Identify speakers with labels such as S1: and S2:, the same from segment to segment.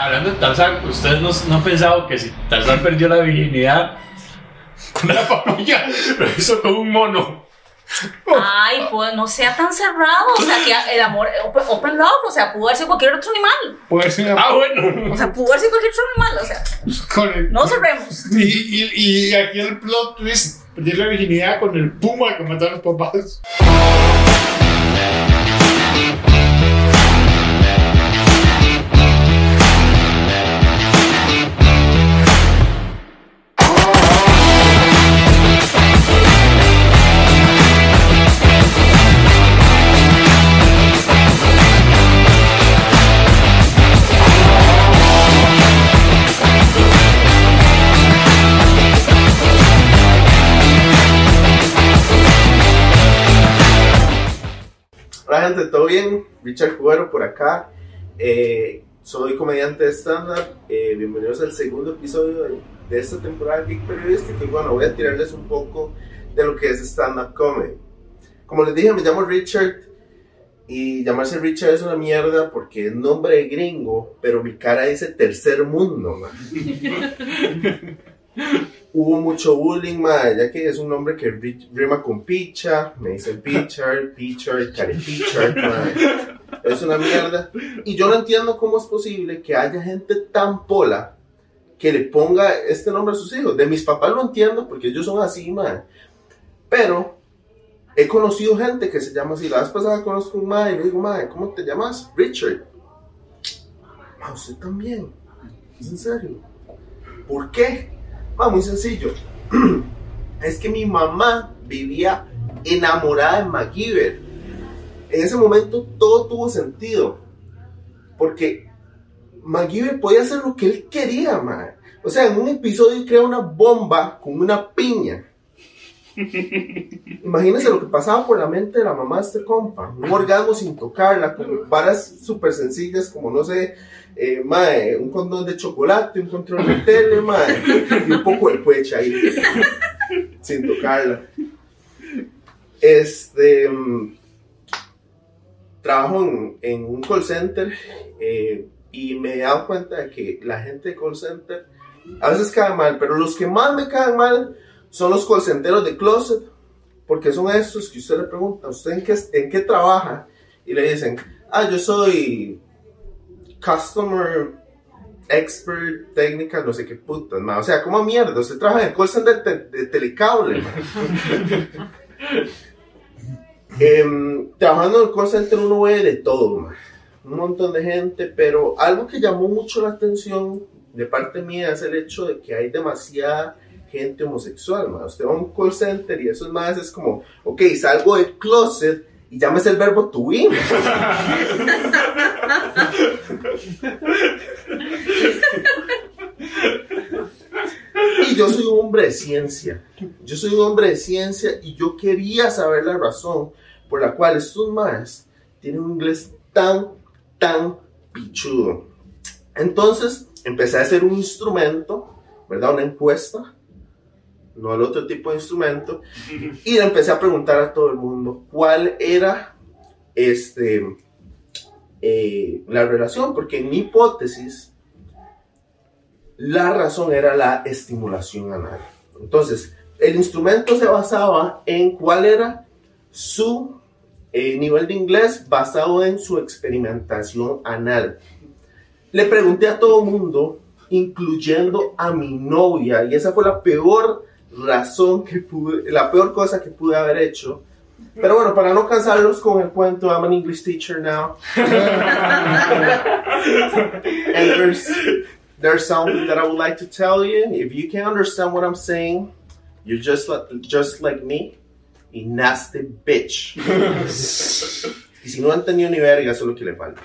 S1: hablando de Tarzán, ¿ustedes no, no han pensado que si Tarzán perdió la virginidad con una parodia, lo hizo con un mono?
S2: Ay, pues no sea tan cerrado. O sea, que el amor, open, open love, o sea, pudo haberse cualquier otro animal.
S3: Puede ser una-
S1: Ah, bueno.
S2: O sea, pudo haberse cualquier otro animal. O sea,
S3: con el-
S2: no cerremos.
S3: y, y, y aquí el plot twist, perder la virginidad con el puma que mató a los papás.
S4: Hola gente, ¿todo bien? Richard Cuero por acá. Eh, soy comediante estándar. Eh, bienvenidos al segundo episodio de, de esta temporada de Geek Periodístico. Y bueno, voy a tirarles un poco de lo que es stand-up comedy. Como les dije, me llamo Richard. Y llamarse Richard es una mierda porque es nombre de gringo, pero mi cara dice tercer mundo, man. Hubo mucho bullying, madre, ya que es un nombre que ri- rima con picha, me dicen pichar, pichar, carepichar, madre. Es una mierda. Y yo no entiendo cómo es posible que haya gente tan pola que le ponga este nombre a sus hijos. De mis papás lo entiendo porque ellos son así, madre. Pero he conocido gente que se llama así. La vez pasada conozco un madre y le digo, madre, ¿cómo te llamas? Richard. Ma, usted también. ¿Es en serio? ¿Por qué? Ma, Ah, muy sencillo. es que mi mamá vivía enamorada de MacGyver. En ese momento todo tuvo sentido. Porque MacGyver podía hacer lo que él quería, ma. O sea, en un episodio crea una bomba con una piña. Imagínense lo que pasaba por la mente de la mamá de este compa. Un orgasmo sin tocarla, con varas súper sencillas como, no sé, eh, mae, un condón de chocolate, un control de tele, mae, y un poco de puecha ahí, sin tocarla. Este, mm, trabajo en, en un call center eh, y me he dado cuenta de que la gente de call center a veces cae mal, pero los que más me caen mal son los call centeros de closet, porque son estos que usted le pregunta, ¿usted en qué, en qué trabaja? Y le dicen, ah, yo soy customer expert técnica, no sé qué putas, ma. O sea, como mierda, usted trabaja en el call center te- de telecable, ma. Em, trabajando en el call center uno ve de todo, ma. un montón de gente, pero algo que llamó mucho la atención de parte mía es el hecho de que hay demasiada gente homosexual, ma. usted va a un call center y eso es más, es como, ok, salgo del closet y llámese el verbo to be, ma. Y yo soy un hombre de ciencia. Yo soy un hombre de ciencia y yo quería saber la razón por la cual estos maes tienen un inglés tan, tan pichudo. Entonces empecé a hacer un instrumento, ¿verdad? Una encuesta, no el otro tipo de instrumento, y le empecé a preguntar a todo el mundo cuál era este, eh, la relación, porque en mi hipótesis la razón era la estimulación anal. Entonces, el instrumento se basaba en cuál era su eh, nivel de inglés basado en su experimentación anal. Le pregunté a todo el mundo, incluyendo a mi novia, y esa fue la peor razón que pude, la peor cosa que pude haber hecho. Pero bueno, para no cansarlos con el cuento, I'm an English teacher now. And there's- there's something that I would like to tell you. If you can understand what I'm saying, you're just like just like me, a nasty bitch. y si no han tenido ni verga, eso es lo que le falta.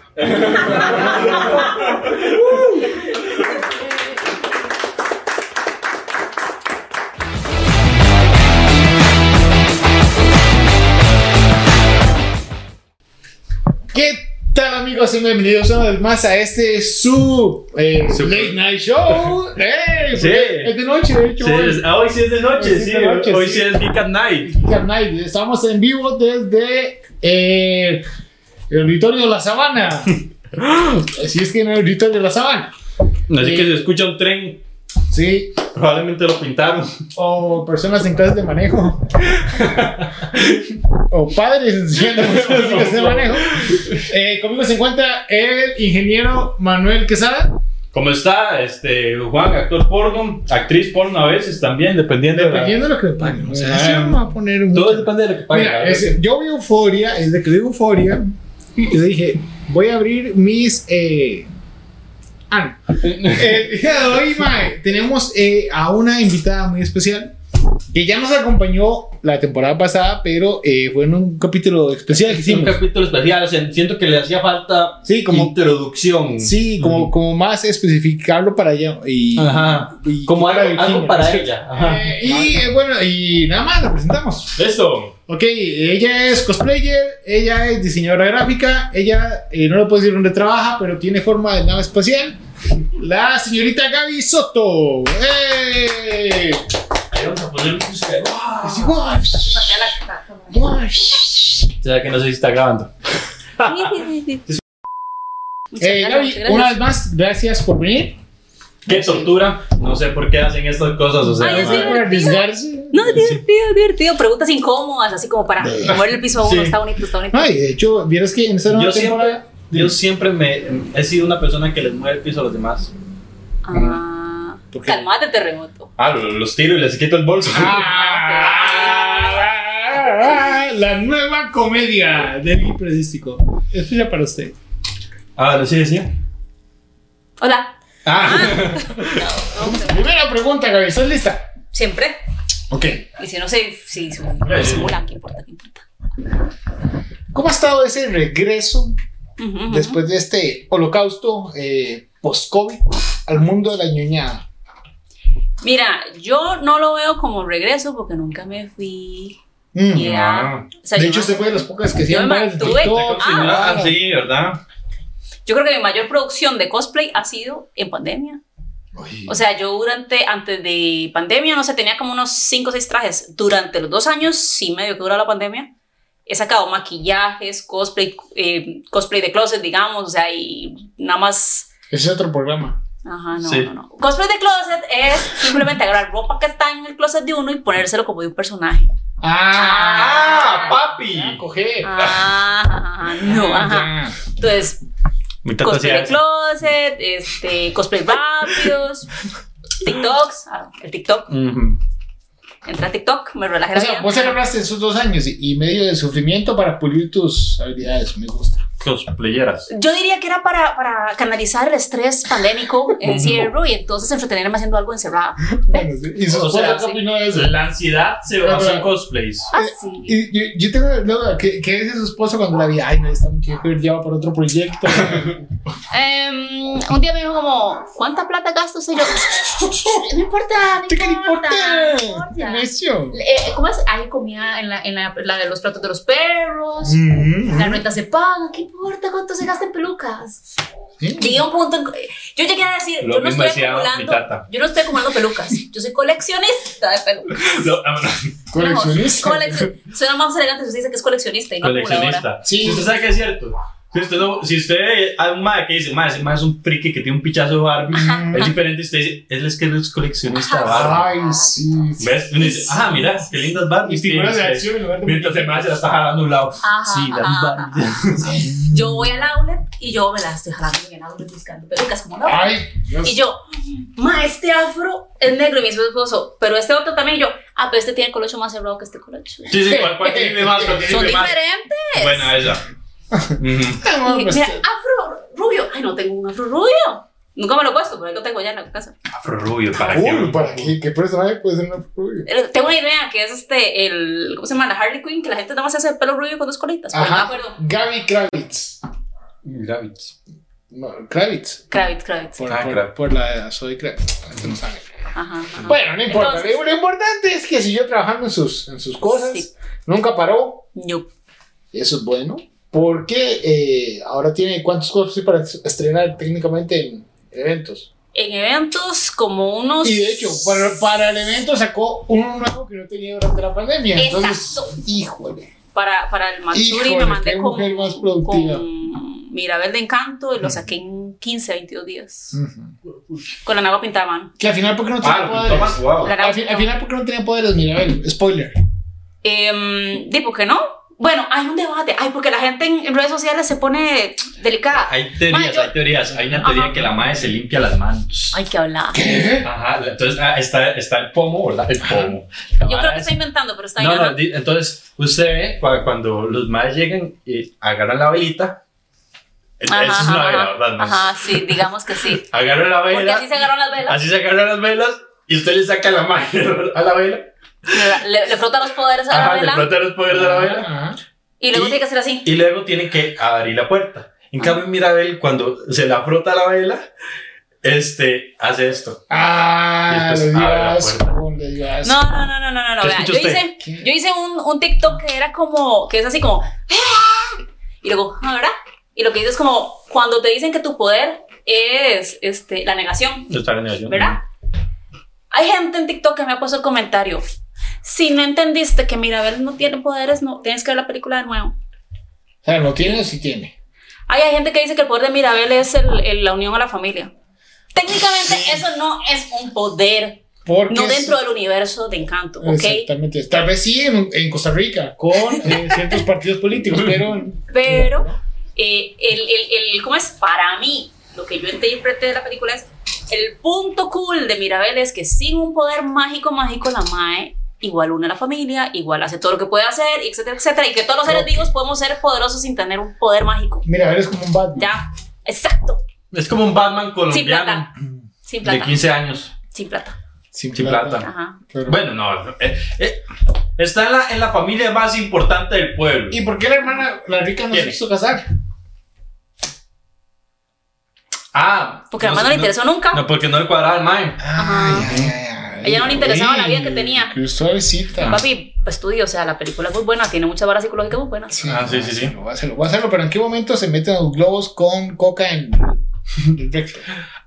S3: ¿Qué tal amigos? Sean bienvenidos una vez más a este su eh,
S1: Su-
S3: late night show. ¡Ey!
S1: Sí.
S3: Es de noche, de hecho.
S1: Sí,
S3: hoy.
S1: es- ah, hoy sí es de noche,
S3: Hoy sí es
S1: sí,
S3: de noche,
S1: hoy
S3: sí.
S1: sí es Geek at Night.
S3: Geek Night. Estamos en vivo desde eh, el auditorio de la sabana. Si es que no el auditorio de la sabana.
S1: Así que se escucha un tren,
S3: Sí,
S1: probablemente lo pintaron.
S3: o personas en clases de manejo. o padres enseñando personas en clases de manejo. Eh, conmigo se encuentra el ingeniero Manuel Quesada,
S1: ¿Cómo está? Este, Juan, actor porno, actriz porno a veces también, dependiendo, de la-
S3: dependiendo de lo que me paguen. O sea,
S1: Ah.
S3: sí vamos a poner un.
S1: Todo depende de lo que paguen.
S3: Mira,
S1: a veces.
S3: es- yo vi Euforia, desde que vi Euforia, yo dije, voy a abrir mis. Eh, ah, no. El día de hoy, mae, tenemos eh, a una invitada muy especial que ya nos acompañó la temporada pasada, pero eh, fue en un capítulo especial que
S1: Es un
S3: hicimos.
S1: capítulo especial, o sea, siento que le hacía falta
S3: Sí, como,
S1: introducción.
S3: sí, como, como más especificarlo para ella. Y,
S1: Ajá.
S3: y
S1: Como
S3: quitar a
S1: algo, algo
S3: Virginia.
S1: para ella. Ajá.
S3: Eh, y eh, bueno, y nada más, la presentamos.
S1: Listo.
S3: Ok, ella es cosplayer, ella es diseñadora gráfica, ella eh, no le puedo decir dónde trabaja, pero tiene forma de nave espacial. La señorita Gaby Soto. ¡Eh!
S1: Ahí vamos a poner música.
S3: Así, guau,
S2: Saqué la- la- la-
S3: guau.
S1: O sea, que no sé si está grabando.
S2: Muchas
S3: Eh,
S2: gracias,
S3: Gaby,
S2: muchas gracias.
S3: una vez más, gracias por venir.
S1: Qué tortura. No sé por qué hacen estas cosas. O sea,
S2: Ay,
S3: Gracias
S2: sí,
S1: madre.
S3: por arriesgarse.
S2: No, divertido, divertido. Preguntas incómodas, así como para mover el piso a uno.
S1: Sí.
S2: Está bonito, está bonito.
S3: Ay, de hecho, vieras que en esta nueva
S1: Yo siempre-
S3: temporada.
S1: yo siempre me he sido una persona que les mueve el piso a los demás.
S2: Ah,
S3: ¿Por qué?
S2: calmate, terremoto.
S1: Ah, lo- los tiro y les quito el bolso.
S3: Ah, La nueva comedia del impresístico. Esto ya para usted.
S1: Ah, lo sí, sí.
S2: Hola.
S1: Ah,
S2: No, no,
S3: Primera pregunta, Gaby, ¿estás lista?
S2: siempre.
S3: Ok.
S2: Y si no se si, si, simula, ¿qué importa? ¿Qué importa?
S3: ¿Cómo ha estado ese regreso
S2: Ujú, ujú.
S3: después de este holocausto eh, post-COVID al mundo de la ñoñada?
S2: Mira, yo no lo veo como regreso porque nunca me fui.
S3: Mm.
S2: Y era- o sea,
S3: De
S2: yo
S3: hecho,
S2: no-
S3: se fue de las pocas que
S2: Yo
S3: hacían
S2: me
S3: bailes de
S2: mantuve.
S3: TikTok.
S2: Ah,
S1: ah, sí, ¿verdad?
S2: Yo creo que mi mayor producción de cosplay ha sido en pandemia.
S3: Uy.
S2: O sea, yo durante, antes de pandemia, no sé, tenía como unos 5 o 6 trajes. Durante los dos años, sí, medio que duró la pandemia, he sacado maquillajes, cosplay, eh, cosplay de closet, digamos, o sea, y nada más.
S3: Ese es otro programa.
S2: Ajá, no,
S1: Sí.
S2: no, no. Cosplay de closet es simplemente agarrar ropa que está en el closet de uno y ponérselo como de un personaje.
S1: Ah, papi.
S3: Ah, coger.
S2: Ah, ajá, ajá, no, ajá.
S3: Ah,
S2: Entonces,
S1: Mi tata
S2: cosplay
S1: hacía
S2: de
S1: eso.
S2: closet, este, cosplay rápidos, TikToks, ah, el TikTok,
S1: Ujú.
S2: entra a TikTok, me
S3: ya.
S2: relaja
S3: O
S2: la
S3: sea,
S2: vida.
S3: vos celebraste esos dos años y y medio de sufrimiento para pulir tus habilidades. Me gusta.
S1: Cosplayeras.
S2: Yo diría que era para, para canalizar el estrés pandémico, el encierro, y entonces entretenerme haciendo algo encerrada.
S3: Bueno, sí. ¿Y su
S1: O
S3: esposa
S1: sea,
S3: qué
S2: sí.
S3: opinó de eso?
S1: La ansiedad se basa en cosplays.
S2: Ah, sí.
S3: Eh, Y yo, yo tengo una duda, ¿qué, qué dice su esposo cuando la vi? Ay, no, está muy lleva por otro proyecto.
S2: Em, un día me dijo como, ¿cuánta plata gasto? Y yo, no importa, no
S3: ¿Qué le importa?
S2: importa. no importa".
S3: Necio.
S2: Eh, ¿Cómo es? Ahí comía en la, en la, la de los platos de los perros.
S1: Mm-hmm.
S2: La
S3: Mm.
S2: renta se paga, ¿qué importa cuánto se gasta en pelucas? Llegué a un punto en- Yo llegué a decir,
S1: Lo
S2: yo no
S1: mismo
S2: estoy
S1: decía mi
S2: acumulando,
S1: tata.
S2: yo no estoy acumulando pelucas, yo soy coleccionista de pelucas.
S1: No, no, no.
S3: Coleccionista.
S2: Coleccion- Suena más elegante si se dice que es coleccionista y no acumuladora.
S1: coleccionista.
S3: Sí.
S1: Si usted sabe que es cierto. Si usted, no, si usted ve a un madre que dice, madre, ese mae es un friki que tiene un pichazo de Barbie, es diferente. Usted dice, él es que él es coleccionista de Barbie.
S3: Ay, sí. sí.
S1: ¿Ves? Uno dice, ah, mira, qué lindas Barbie.
S3: Mis figuras de acción en lugar de
S1: Mientras el mae se la está jalando a un lado.
S2: Ajá,
S1: sí, las
S2: ajá,
S1: Barbie.
S2: Yo voy al outlet y yo me la estoy jalando en el outlet buscando pelucas como no.
S1: Ah,
S3: Ay, Dios.
S2: Y yo, ma, este afro es negro y mi esposo, pero este otro también. Y yo, ah, pero este tiene el colocho más cerrado que este colocho.
S1: Sí, sí, ¿cuál, cuál tiene más? ¿Cuál
S2: Son
S1: tiene más?
S2: diferentes.
S1: Buena esa. Ujú.
S3: Ah,
S2: Y
S3: bueno, pues,
S2: mira, afro rubio. Ay, no tengo un afro rubio. Nunca me lo he puesto, pero ahí lo tengo ya en la casa.
S1: Afro rubio, ¿para
S3: Uy,
S1: qué?
S3: ¿para qué? ¿Qué personaje puede ser una rubio?
S2: Eh, Tengo una idea que es este, el, ¿cómo se llama? La Harley Quinn, que la gente nada más se hace el pelo rubio con dos colitas. Pero no me
S3: Ajá.
S2: acuerdo.
S3: Gaby Kravitz.
S1: Gravitz.
S3: No, Kravitz.
S2: Kravitz, Kravitz.
S3: Por,
S1: Ah,
S3: por-
S1: Kravitz.
S3: por la Soy Kravitz. Ah, Esto no sabe.
S2: Ajá. ajá.
S3: Bueno, no importa.
S2: Entonces-
S3: lo importante es que siguió trabajando en sus, en sus cosas.
S2: Sí.
S3: Nunca paró.
S2: Yo,
S3: Eso es bueno. Porque eh, ahora tiene cuántos cosas para estrenar técnicamente en eventos.
S2: en eventos como unos.
S3: Y de hecho, para, para el evento sacó uno nuevo que no tenía durante la pandemia. Entonces,
S2: Exacto.
S3: híjole.
S2: Para, para el Matsuri
S3: Híjole,
S2: me
S3: qué
S2: mandé con,
S3: mujer más productiva. Mm.
S2: con Mirabel de Encanto y lo saqué en 15, 22 días.
S3: Ujú.
S2: Con la nagua pintada a mano.
S3: Que al final, ¿por qué no tenía
S1: Ah, lo pintó más,
S3: poderes?
S1: wow.
S2: La nagua
S3: Al, fi- al
S2: pintada.
S3: final, ¿por qué no tenía poderes, Mirabel? Spoiler.
S2: Em, di, ¿por qué no? Bueno, hay un debate. Ay, porque la gente en en redes sociales se pone delicada.
S1: Hay teorías,
S2: Ma, yo-
S1: hay teorías. Hay una teoría
S2: Ajá.
S1: que la madre se limpia las manos.
S2: Hay que hablar.
S1: Ajá, la- entonces ah, está, está el pomo, ¿verdad? El pomo. La
S2: Yo
S1: vara
S2: creo que
S1: es-
S2: estoy inventando, pero está bien.
S1: No, no,
S2: ajá.
S1: di- entonces usted ve cua- cuando los madres llegan y agarran la velita. Eh,
S2: Ajá,
S1: Eso es una
S2: ajá,
S1: vela,
S2: ajá.
S1: ¿verdad? No es-
S2: Ajá, sí, digamos que sí.
S1: Agarran la
S2: Porque
S1: vela.
S2: así se agarran las velas.
S1: Así se agarran las velas y usted le saca la mano a la vela.
S2: Le, le frota los poderes a
S1: Ajá,
S2: la
S1: le
S2: vela
S1: frota los poderes de la vela.
S3: Ajá.
S2: y luego
S1: y-
S2: tiene que hacer así.
S1: Y luego tiene que abrir la puerta. En cambio, Mirabel, cuando se la frota la vela, este, hace esto.
S3: Ah,
S1: Y
S3: le
S1: después
S3: dio
S1: abre la
S3: asco, le dio asco.
S2: No, no, no, no, no, no, no.
S1: ¿Qué
S2: vea,
S1: escucha
S2: Yo
S1: usted?
S2: hice, yo hice un, un TikTok que era como, que es así como, "Ah", y luego, "Ah, ¿verdad? Y lo que dice es como, cuando te dicen que tu poder es este, la negación,
S1: Está la negación.
S2: ¿verdad? Hay gente en TikTok que me ha puesto el comentario. Si no entendiste que Mirabel no tiene poderes, no tienes que ver la película de nuevo.
S3: O sea, ¿lo tiene o sí tiene?
S2: Ay, hay gente que dice que el poder de Mirabel es el- el- la unión a la familia. Técnicamente eso no es un poder,
S3: Porque
S2: no
S3: es-
S2: dentro del universo de encanto, ¿ok?
S3: Exactamente. Tal vez sí en, en Costa Rica, con eh, ciertos partidos políticos, pero.
S2: Pero, eh, el, el- el- ¿cómo es? Para mí, lo que yo interpreté de la película es, el punto cool de Mirabel es que sin un poder mágico, mágico, la Mae igual une a la familia, igual hace todo lo que puede hacer, etcétera, etcétera, y que todos los seres
S3: Ok.
S2: vivos podemos ser poderosos sin tener un poder mágico.
S3: Mira, eres como un Batman.
S2: Ya, exacto,
S1: Es como un Batman
S2: sin
S1: colombiano
S2: plata, sin
S1: de
S2: plata,
S1: 15 años.
S2: sin plata.
S3: Sin,
S1: Sin
S3: plata.
S1: plata.
S2: Ajá.
S3: Pero-
S1: Bueno, no. eh, eh, está en la, en la familia más importante del pueblo.
S3: ¿Y por qué la hermana, la rica, no se
S1: Tiene.
S3: quiso casar?
S1: Ah.
S2: Porque a
S1: no
S2: la mamá no
S1: sé,
S2: le interesó nunca.
S1: No, porque no le cuadraba el mae.
S2: Ajá.
S3: Ay, ay, ay,
S2: Ella no le interesaba la vida que
S3: uy,
S2: tenía.
S3: Qué suavecita.
S2: Papi, pues estudio, o sea, la película es muy buena, tiene muchas varas psicológicas muy buenas.
S1: Ah, sí, sí, sí.
S3: Voy a hacerlo, voy a hacerlo, pero ¿en qué momento se meten los globos con coca en el recto?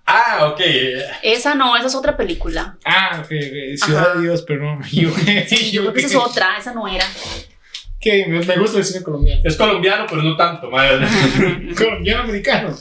S1: Ah, ok. eh,
S2: Esa no, esa es otra película.
S3: Ah, ok, ok, Ciudad
S2: Ajá.
S3: de Dios, pero no. Yo,
S2: Yo creo que esa es otra, esa no era.
S3: Que me, me gusta el cine colombiano.
S1: Es colombiano, pero no tanto, mae.
S3: Colombiano americano.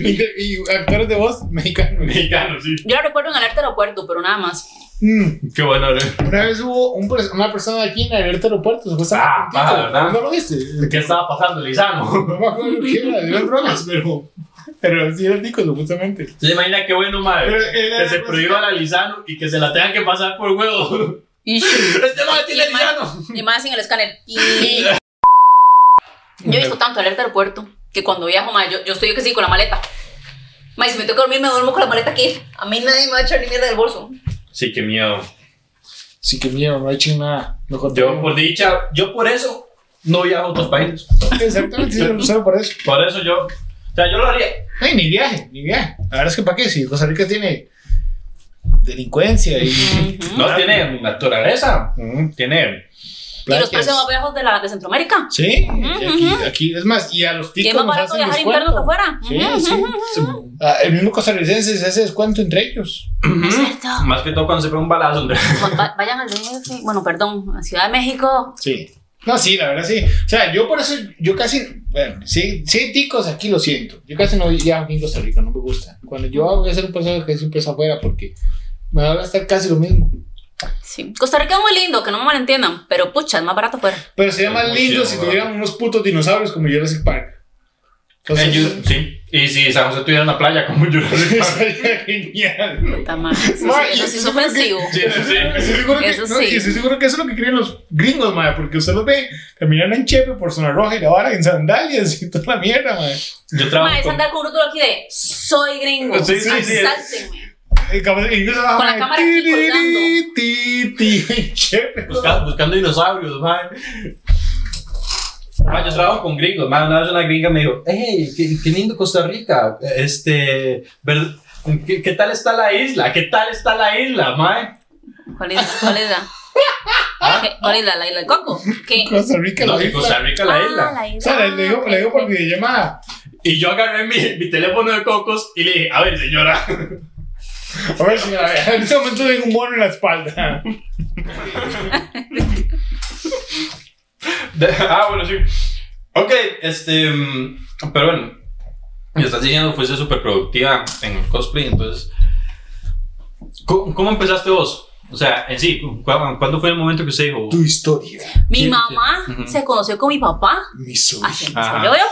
S3: Y, de- y actores de voz mexicanos.
S1: Mexicano, sí.
S2: Yo la recuerdo en Alerta Aeropuerto, pero nada más.
S3: Mm,
S1: Qué bueno, ¿no?
S3: Una vez hubo un pers- una persona aquí en el aeropuerto, supuestamente.
S1: Ah,
S3: contigo.
S1: ah, ¿verdad?
S3: ¿No lo viste?
S1: ¿Qué estaba pasando, Lizano?
S3: No me acuerdo qué era, eran drogas, pero. Pero sí era tico, supuestamente.
S1: ¿Se imagina qué bueno, mae?
S3: Pero él
S1: Que
S3: era
S1: se
S3: una-
S1: prohíba la Lizano y que se la tengan que pasar por huevo. Este mae tiene
S2: Y más-
S1: Lizano.
S2: Y más en el escáner. Y- Yo he visto tanto Alerta Aeropuerto que cuando viajo, ma, yo, yo estoy que sí con la maleta. Ma, y si me tengo que dormir, me duermo con la maleta aquí. A mí nadie me va a echar ni mierda del bolso.
S1: Sí, qué miedo.
S3: Sí, que miedo, no he hecho nada. Mejor
S1: Yo pues, por dicha, yo por eso no viajo a otros países.
S3: Exactamente, sí, solo por eso.
S1: Por eso yo, o sea, yo lo haría.
S3: Ay, ni viaje, ni viaje. La verdad es que, ¿para qué? Si Costa Rica tiene delincuencia y. Mm,
S2: Ujú.
S1: No tiene naturaleza, tiene.
S2: Y
S3: playas.
S2: los precios más bajos de, la, de Centroamérica.
S3: Sí, y aquí,
S2: Ujú.
S3: aquí, es más, y a los
S2: Y
S3: ticos.
S2: es más
S3: nos
S2: barato
S3: hacen
S2: viajar
S3: descuento.
S2: interno que fuera.
S3: Sí, sí. Ah, el mismo costarricense se hace descuento entre ellos.
S2: Es cierto.
S1: Más que todo cuando se pega un balazo.
S2: Bueno, va- vayan al DF, bueno, perdón, a Ciudad de México.
S3: Sí. No, sí, la verdad sí. O sea, yo por eso, yo casi, bueno, sí, sí, hay ticos, aquí lo siento. Yo casi no viajo aquí en Costa Rica, no me gusta. Cuando yo voy a hacer un paseo que siempre es afuera porque me va a gastar casi lo mismo.
S2: Sí. Costa Rica es muy lindo, que no me malentiendan, pero pucha, es más barato fuera.
S3: Pero sería más
S1: Muy
S3: lindo
S1: chido,
S3: si
S1: ¿verdad?
S3: tuvieran unos putos dinosaurios como Jurassic Park. Entonces,
S1: Eh, sí. Y si San José tuviera una playa como yo. Sí,
S3: sería genial.
S2: Puta madre, Eso,
S3: Ma,
S2: sí-
S3: y
S2: eso sí
S3: eso
S2: es
S3: es lo que-
S2: ofensivo.
S1: sí, sí.
S3: Estoy seguro, que,
S2: Eso
S3: no,
S2: sí.
S3: y estoy seguro que eso es lo que creen los gringos, madre, porque usted los ve caminando en chepe por zona roja y la vara en sandalias y toda la mierda, madre.
S1: Yo
S2: Ma,
S1: trabajo.
S2: es
S1: con-
S2: andar con un rótulo aquí de soy gringo.
S1: Sí, sí, sí.
S2: asáltenme".
S3: Y capaz- y yo estaba,
S2: Con la
S3: madre,
S2: cámara aquí
S3: ti,
S2: colgando.
S3: ti, ti, ti, chepe.
S1: busca- buscando dinosaurios, man. Ah, yo trabajo con gringos, man. Una vez una gringa me dijo, hey, qué, qué lindo Costa Rica. Este, ver- ¿qué, qué tal está la isla? ¿Qué tal está la isla, man?
S2: ¿Cuál es la? ¿Cuál es la?
S1: ¿Ah?
S2: ¿Qué- ¿Cuál es la? ¿La isla del coco? ¿Qué?
S3: Costa Rica,
S1: No,
S3: la
S1: que
S3: isla.
S1: Costa Rica la
S2: Ah,
S1: isla.
S2: la
S3: O sea, le, le digo,
S2: ok,
S3: le digo por
S2: ok.
S3: videollamada.
S1: Y yo agarré mi, mi teléfono de cocos y le dije, a ver, señora.
S3: A ver, señora, en este momento tengo un mono en la espalda.
S1: ah, bueno, sí. Ok, este. mm, Pero bueno. me estás diciendo que fuiste súper productiva en el cosplay, entonces, ¿cómo, cómo empezaste vos? O sea, en sí, ¿cu- cu- ¿cuándo fue el momento que usted dijo?
S5: Tu historia,
S2: Mi
S1: Sí, sí.
S2: mamá
S1: Ujú.
S2: se conoció con mi papá.
S5: mi
S2: Así
S5: soy.
S2: es,
S1: Ajá.
S2: ¿lo veo?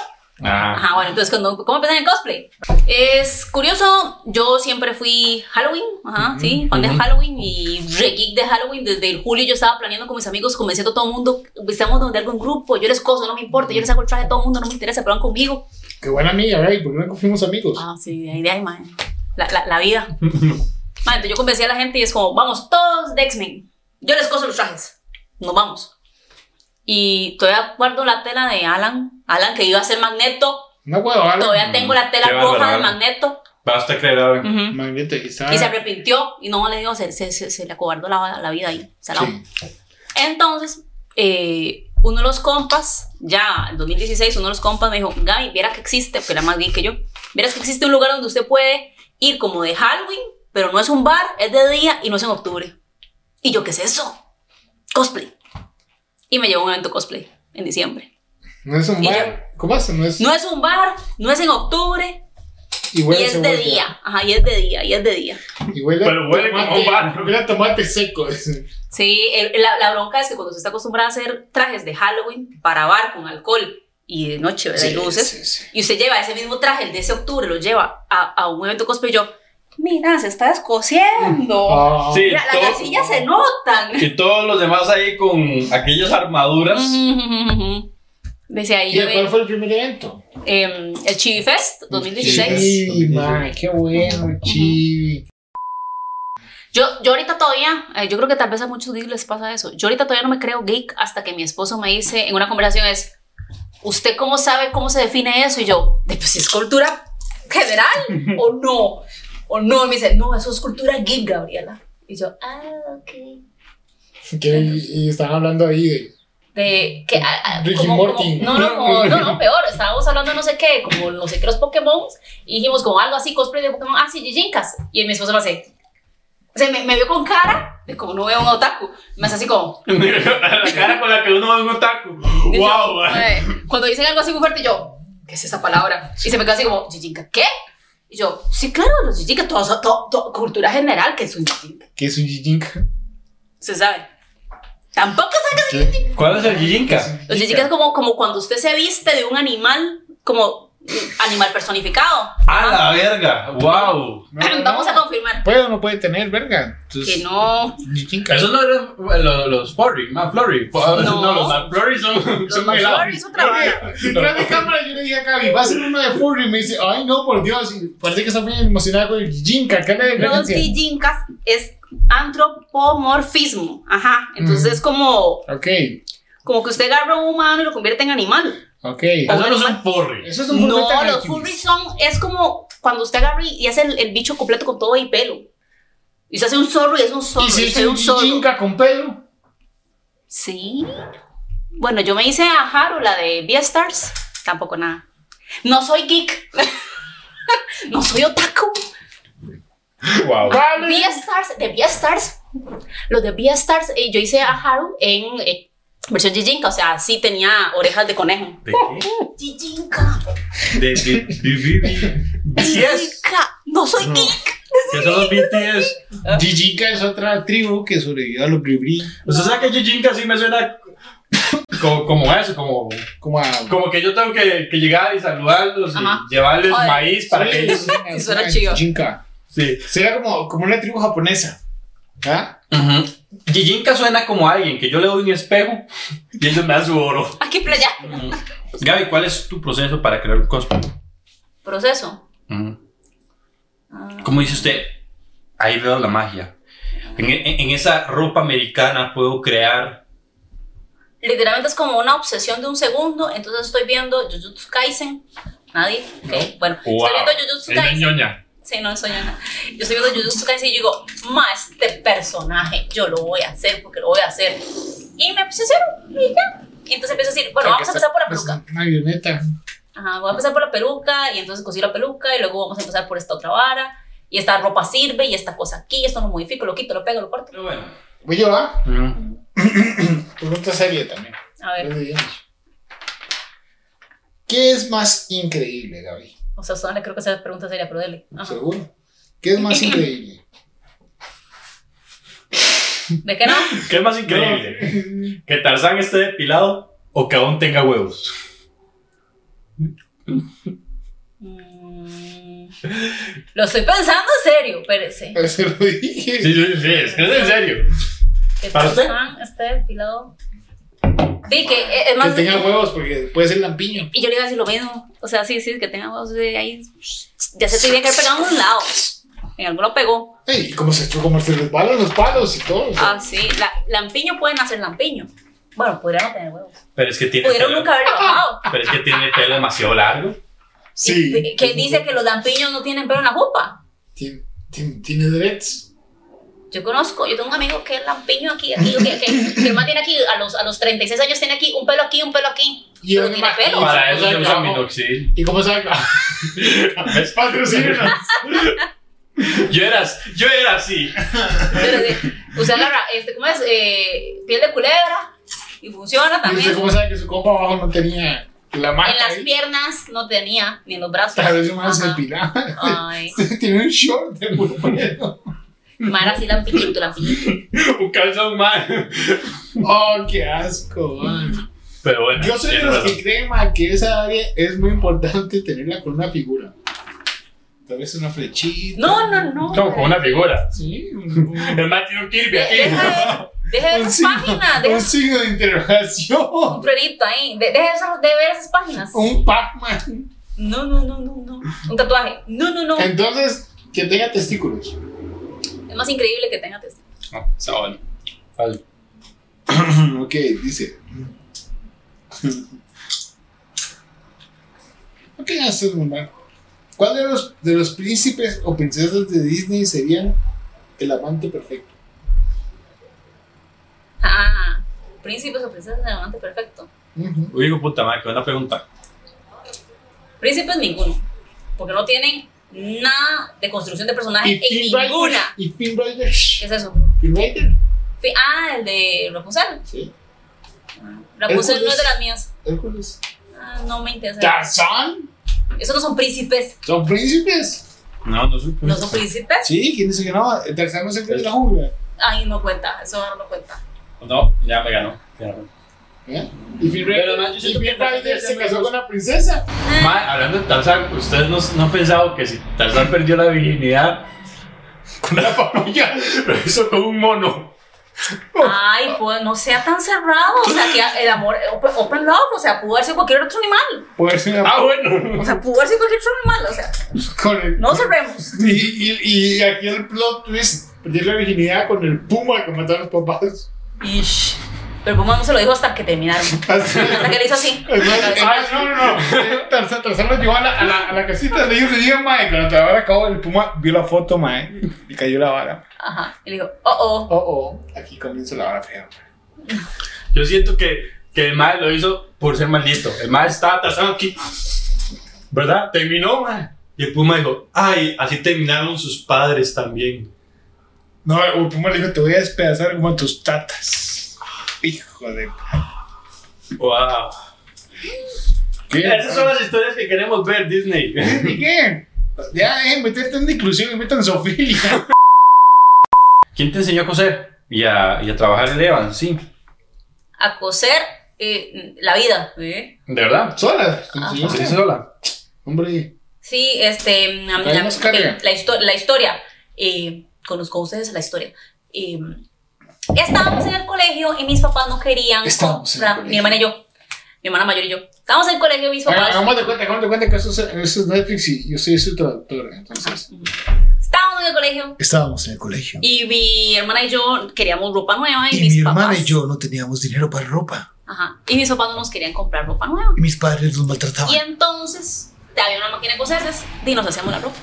S1: Ah,
S2: Ajá, bueno, entonces, cuando- ¿cómo empezar en cosplay? Es curioso, yo siempre fui Halloween, ajá, sí, fan de
S1: ujú.
S2: Halloween y re geek de Halloween. Desde el julio yo estaba planeando con mis amigos, convenciendo a todo el mundo, estamos donde algún grupo, yo les coso, no me importa, yo les hago el traje a todo el mundo, no me interesa, pero van conmigo.
S3: Qué buena amiga, ¿verdad? ¿Y por qué no fuimos amigos?
S2: Ah, sí, de ahí, de ahí, mae. La, la, la vida. Mae, entonces yo convencí a la gente y es como, vamos todos de X-Men. Yo les coso los trajes. Nos vamos. Y todavía guardo la tela de Alan. Alan que iba a ser Magneto.
S3: Una huevada.
S2: Todavía tengo la tela
S1: Qué
S2: roja
S1: bárbaro, Ah.
S2: de
S1: Alan.
S2: Magneto.
S1: basta creer ah, ahora.
S2: Ujú.
S3: Imagínate, estaba-
S2: Y se arrepintió y no le digo, se, se, se, se le acobardó la, la vida ahí. salado.
S3: Sí.
S2: Entonces, eh, uno de los compas, ya en 2016, uno de los compas me dijo, Gaby, viera que existe, porque era más gay que yo, vieras que existe un lugar donde usted puede ir como de Halloween, pero no es un bar, es de día y no es en octubre. Y yo, ¿qué es eso? Cosplay. Y me llevó a un evento cosplay en diciembre.
S3: No es un
S2: Y
S3: bar. ¿Cómo hace? No es.
S2: No es un bar, no es en octubre,
S3: y huele
S2: y
S3: a
S2: es de
S3: cebolla.
S2: día. Ajá, y es de día, y es de día.
S3: Y huele a
S1: Pero huele como
S3: tomate-
S1: un bar.
S3: Huele a tomate seco.
S2: Sí, el- la, la bronca es que cuando se está acostumbrada a hacer trajes de Halloween para bar con alcohol y de noche, ¿verdad? y luces,
S5: sí, sí.
S2: y usted lleva ese mismo traje, el de ese octubre, lo lleva a, a un evento cosplay, y yo, mira, se está descosiendo.
S3: Ah.
S1: Sí.
S2: Mira, las
S1: todo-
S2: gancillas se notan.
S1: Y todos los demás ahí con aquellas armaduras.
S2: Dice ahí,
S3: ¿Y
S2: yo
S3: cuál
S2: vi,
S3: fue el primer evento?
S2: em, el Chibi Fest 2016.
S5: Chibi Fest.
S3: Sí, ma, qué bueno, chibi.
S2: Yo, yo ahorita todavía, eh, yo creo que tal vez a muchos gays les pasa eso. Yo ahorita todavía no me creo geek hasta que mi esposo me dice en una conversación es, ¿usted cómo sabe cómo se define eso? Y yo, "De, pues es cultura general o no. O no, y me dice, no, eso es cultura geek, Gabriela. Y yo, ah, ok.
S3: Que, y están hablando ahí de.
S2: De que. a- a-
S3: Ricky
S2: como-
S3: Morty.
S2: como- no, no, como- no, no, peor. Estábamos hablando no sé qué, como no sé qué los Pokémon. Y dijimos como algo así, cosplay de Pokémon. Ah, sí, Jijincas. Y mi esposo lo hace. O sea, me, me vio con cara de como no veo un otaku. Me hace así como.
S1: la cara con la que uno ve un otaku.
S2: y Mm. yo,
S1: ¡Wow!
S2: eh, Cuando dicen algo así muy fuerte, yo, ¿qué es esa palabra? Y se me queda así como, Jijinka, ¿qué? Y yo, sí, claro, los Jijincas, todo, eso- todo, todo- cultura general, que es un Jijinka.
S3: Que es un jijinka.
S2: Se sabe. Tampoco saca
S1: ¿Cuál es el Jijinka?
S2: Los Jijinkas es como, como cuando usted se viste de un animal, como mm, animal personificado.
S1: ¡A
S2: Ah.
S1: la verga! ¡Wow!
S2: Vamos a confirmar
S3: Puede o no puede tener, verga. Entonces,
S2: que no.
S3: Jijinka.
S1: Esos no eran eh, los, los Flurry, Flurry. ah, No,
S2: No.
S1: los McFlurry son, son
S2: Los
S1: muy helados.
S2: Flurry es otra vara.
S3: Detrás de cámara yo le dije a Gaby, va a ser uno de Furry. Y me dice, ay no, por Dios. Y parece que está muy emocionada con el Jijinka. ¿Qué es la
S2: Los
S3: diferencia?
S2: Jijinkas es antropomorfismo. Ajá. Entonces es como,
S3: Ok,
S2: como que usted agarra a un humano y lo convierte en animal.
S3: ok.
S1: Eso no son Flurry.
S3: Eso es un
S2: No,
S3: juguete
S2: los
S3: de-
S2: furries son. Es como cuando usted agarra y y hace el, el bicho completo con todo y pelo. Y usted hace un zorro y es un zorro.
S3: Y si
S2: y
S3: es
S2: usted es
S3: un
S2: un zorro.
S3: Jijinka con pelo.
S2: Sí. Bueno, yo me hice a Haru, la de Beastars. Tampoco nada. No soy geek. no soy otaku.
S1: ¡Wow!
S3: Vale.
S2: Beastars, de Beastars. Los de Beastars, eh, yo hice a Haru en eh, versión Jijinka. O sea, sí tenía orejas de conejo.
S1: ¿De qué?
S2: Jijinka.
S1: De, de, de, de BTS.
S2: Jijinka. No soy geek.
S1: ¿Qué son los BTS?
S3: Jijinka es otra tribu que sobrevivió a los bribri.
S1: Usted sabe que Jijinka sí me suena como, como eso, como,
S3: Como a.
S1: como que yo tengo que, que llegar y saludarlos
S2: Ajá.
S1: y llevarles
S2: Oye.
S1: maíz para que ellos.
S3: Sí,
S2: Sí, suena chido.
S3: Jijinka.
S1: Sí.
S3: Será como, como una tribu japonesa. ¿Ah?
S1: Jijinka suena como alguien que yo le doy un espejo y ellos me dan su oro.
S2: Aquí playa.
S1: Gaby, ¿cuál es tu proceso para crear un cosplay?
S2: Proceso. Ah.
S1: Como dice usted, ahí veo la magia. En, en- en esa ropa americana puedo crear.
S2: literalmente es como una obsesión de un segundo. Entonces estoy viendo Jujutsu Kaisen. Nadie. Ok, bueno.
S1: Wow.
S2: Estoy viendo Jujutsu
S1: Ella es
S2: Kaisen.
S1: ñoña.
S2: Sí, no soy nada. Yo estoy viendo Jujutsu Kaisen y digo, más este personaje, yo lo voy a hacer porque lo voy a hacer. Y me obsesiono y ya. Y entonces empiezo a decir, bueno, vamos a empezar por la
S3: Pues,
S2: peluca.
S3: Una avioneta.
S2: Ajá, voy a empezar por la peluca y entonces cosí la peluca y luego vamos a empezar por esta otra vara. Y esta ropa sirve y esta cosa aquí, esto lo modifico, lo quito, lo pego, lo corto.
S1: Pero bueno.
S3: Voy yo, ¿ah?
S1: Mm.
S3: Pregunta seria también.
S2: A ver,
S3: Los de Dios. ¿Qué es más increíble, Gaby?
S2: ok. O sea, usted no le creo que esa pregunta sería, pero dele. Ajá.
S3: Seguro. ¿Qué es más increíble?
S2: ¿De qué no?
S1: ¿Qué es más increíble? ¿Que Tarzán esté depilado o que aún tenga huevos?
S2: Mm, Lo estoy pensando en serio, espérese.
S3: Se lo dije.
S1: Sí, sí, sí, es que es en serio.
S2: Que
S1: ¿Para usted?
S2: Tarzán esté depilado. Sí, que eh, es
S3: Que
S2: más.
S3: tenga huevos porque puede ser lampiño.
S2: Y yo le iba a decir lo mismo. O sea, sí, sí, que tenga huevos de ahí. Ya se tenía que haber pegado en un lado. En alguno pegó.
S3: Ey, ¿Cómo se echó? ¿Cómo se resbalan los palos y todo? o sea.
S2: Ah, sí. La, lampiño pueden hacer lampiño. Bueno, podrían no tener huevos.
S1: Pero es que tiene
S2: Pudieron
S1: pelo,
S2: nunca haberlo bajado.
S1: pero es que tiene el pelo demasiado largo.
S3: sí.
S2: Que dice que los lampiños no tienen pelo en la jupa.
S3: Tiene, tiene, tiene dreads.
S2: Yo conozco, yo tengo un amigo que es lampiño aquí, aquí, que, que, que el man tiene aquí, a los, a los 36 años tiene aquí, un pelo aquí, un pelo aquí.
S3: Y
S2: Pero
S3: es
S2: tiene
S3: más-
S2: pelo.
S1: Para eso
S3: se
S1: se usa minoxidil.
S3: ¿Y cómo sabe?
S1: ¿Ves?
S3: Patrocina.
S1: Yo era, as- yo era así.
S2: Pero de, usar la, ra- este, ¿cómo es? Eh, piel de culebra y funciona
S3: Y usted
S2: también.
S3: cómo sabe que su compa abajo no tenía la marca.
S2: En las
S3: ahí?
S2: piernas no tenía, ni en los brazos.
S3: Tal vez más se
S2: Ajá.
S3: depilaba.
S2: Ay,
S3: Tiene un short de puro pelo.
S2: Mara sí lampiñito, lampiñito.
S1: Un calzón mal.
S3: Oh, qué asco. man.
S1: Pero bueno.
S3: Yo soy de
S1: tiene
S3: los
S1: razón.
S3: que creen man, que esa área es muy importante tenerla con una figura. Tal vez una flechita.
S2: No, no, no.
S1: Como con una figura.
S3: Sí, un, un-
S1: El más tiene un Kirby
S2: De- deja
S1: aquí.
S2: de, deja de ver
S3: un
S2: esas páginas, deja
S3: un signo de interrogación.
S2: un frerito ahí, de- deja esas- de ver esas páginas.
S3: Un Pac-Man.
S2: No, no, no, no, no. Un tatuaje. No, no, no.
S3: Entonces, que tenga testículos.
S2: Es más increíble que tenga testículos.
S1: No, está bueno. Ah, Vale.
S3: ok, dice. ok, esto es normal. ¿Cuál de los, de los príncipes o princesas de Disney serían el amante perfecto?
S2: Ah, príncipes o princesas de amante perfecto.
S3: Ujú.
S1: Uy, hijo puta madre, qué buena pregunta.
S2: Príncipes ninguno. Porque no tienen nada de construcción de personaje
S3: Y
S2: en
S3: Finn Rider-
S2: ninguna.
S3: Y Finn Rider.
S2: ¿Qué es eso?
S3: Finn Rider.
S2: Fi- Ah, el de Rapunzel.
S3: Sí.
S2: Rapunzel no es de
S3: Hércules.
S2: las mías.
S3: Hércules.
S2: Ah, no me interesa.
S3: Tarzán.
S2: Esos no son príncipes.
S3: Son príncipes.
S1: No, no sé.
S2: ¿No son príncipes?
S3: Sí, ¿quién dice que no? El Tarzán no es el rey de la jungla.
S2: Ay, no cuenta. Eso no cuenta.
S1: No, ya me ganó. Ya me ganó.
S3: ¿Eh? Y Finn Rider,
S1: Pero, man, yo
S3: y
S1: siento
S3: Finn
S1: que-
S3: Rider se casó con una princesa.
S1: Madre, hablando de Tarzán, ¿ustedes no, no han pensado que si Tarzán perdió la virginidad con una papaya, lo hizo con un mono?
S2: Ay, pues no sea tan cerrado. O sea, que el amor, open, open love, o sea, pudo haber sido cualquier otro animal.
S3: Puede ser una-
S1: Ah, bueno.
S2: O sea, pudo haber sido cualquier otro animal. O sea,
S3: con el.
S2: no cerremos.
S3: Y, y, y aquí el plot twist: perdió la virginidad con el puma que mató a los papás.
S2: Ish. Pero Puma no se lo dijo hasta que terminaron.
S3: Así.
S2: Hasta que le hizo así.
S3: Entonces, ay, no, no, no. Tarzán, Tarzán lo llevó a la, a la, a la casita. Le dijo, le dijo, mae, cuando la vara acabó, el puma vio la foto, mae, y cayó la vara.
S2: Ajá. Y le dijo, oh, oh.
S3: Oh, oh, aquí comienza la vara fea.
S1: Yo siento que, que el mal lo hizo por ser maldito. El mal estaba Tarzán aquí. ¿Verdad? Terminó, madre. Y el puma dijo, ay, así terminaron sus padres también.
S3: No, el puma le dijo, te voy a despedazar como a tus tatas. Hijo de...
S1: Wow.
S3: ¿Qué?
S1: Esas son las historias que queremos ver, Disney.
S3: ¿Qué? Ya, dejen meterte en inclusión, metan Sofía.
S1: ¿Quién te enseñó a coser? Y a, y a trabajar en Evan, sí.
S2: A coser eh, la vida. ¿eh?
S1: ¿De verdad?
S3: Sola. Ah,
S1: ¿Se dice sola?
S3: Hombre.
S2: Sí, este. La,
S3: Ahí nos carga.
S2: la histo- la historia. eh, conozco a ustedes la historia. Eh, estábamos en el colegio y mis papás no querían.
S3: Estábamos en el
S2: comprar-
S3: colegio.
S2: Mi hermana y yo. Mi hermana mayor y yo. Estábamos en el colegio y mis papás.
S3: Hagamos de cuenta, hagamos de cuenta que eso es, eso es Netflix y yo soy su traductor, entonces...
S2: Estábamos en el colegio.
S5: Estábamos en el colegio.
S2: Y mi hermana y yo queríamos ropa nueva. Y,
S5: Y,
S2: mis
S5: mi hermana
S2: papás,
S5: y yo no teníamos dinero para ropa.
S2: Ajá. Y mis papás no nos querían comprar ropa nueva.
S5: Y mis padres nos
S2: Y
S3: Ah.
S5: maltrataban.
S2: entonces había una máquina de coser pues, y nos hacíamos la ropa.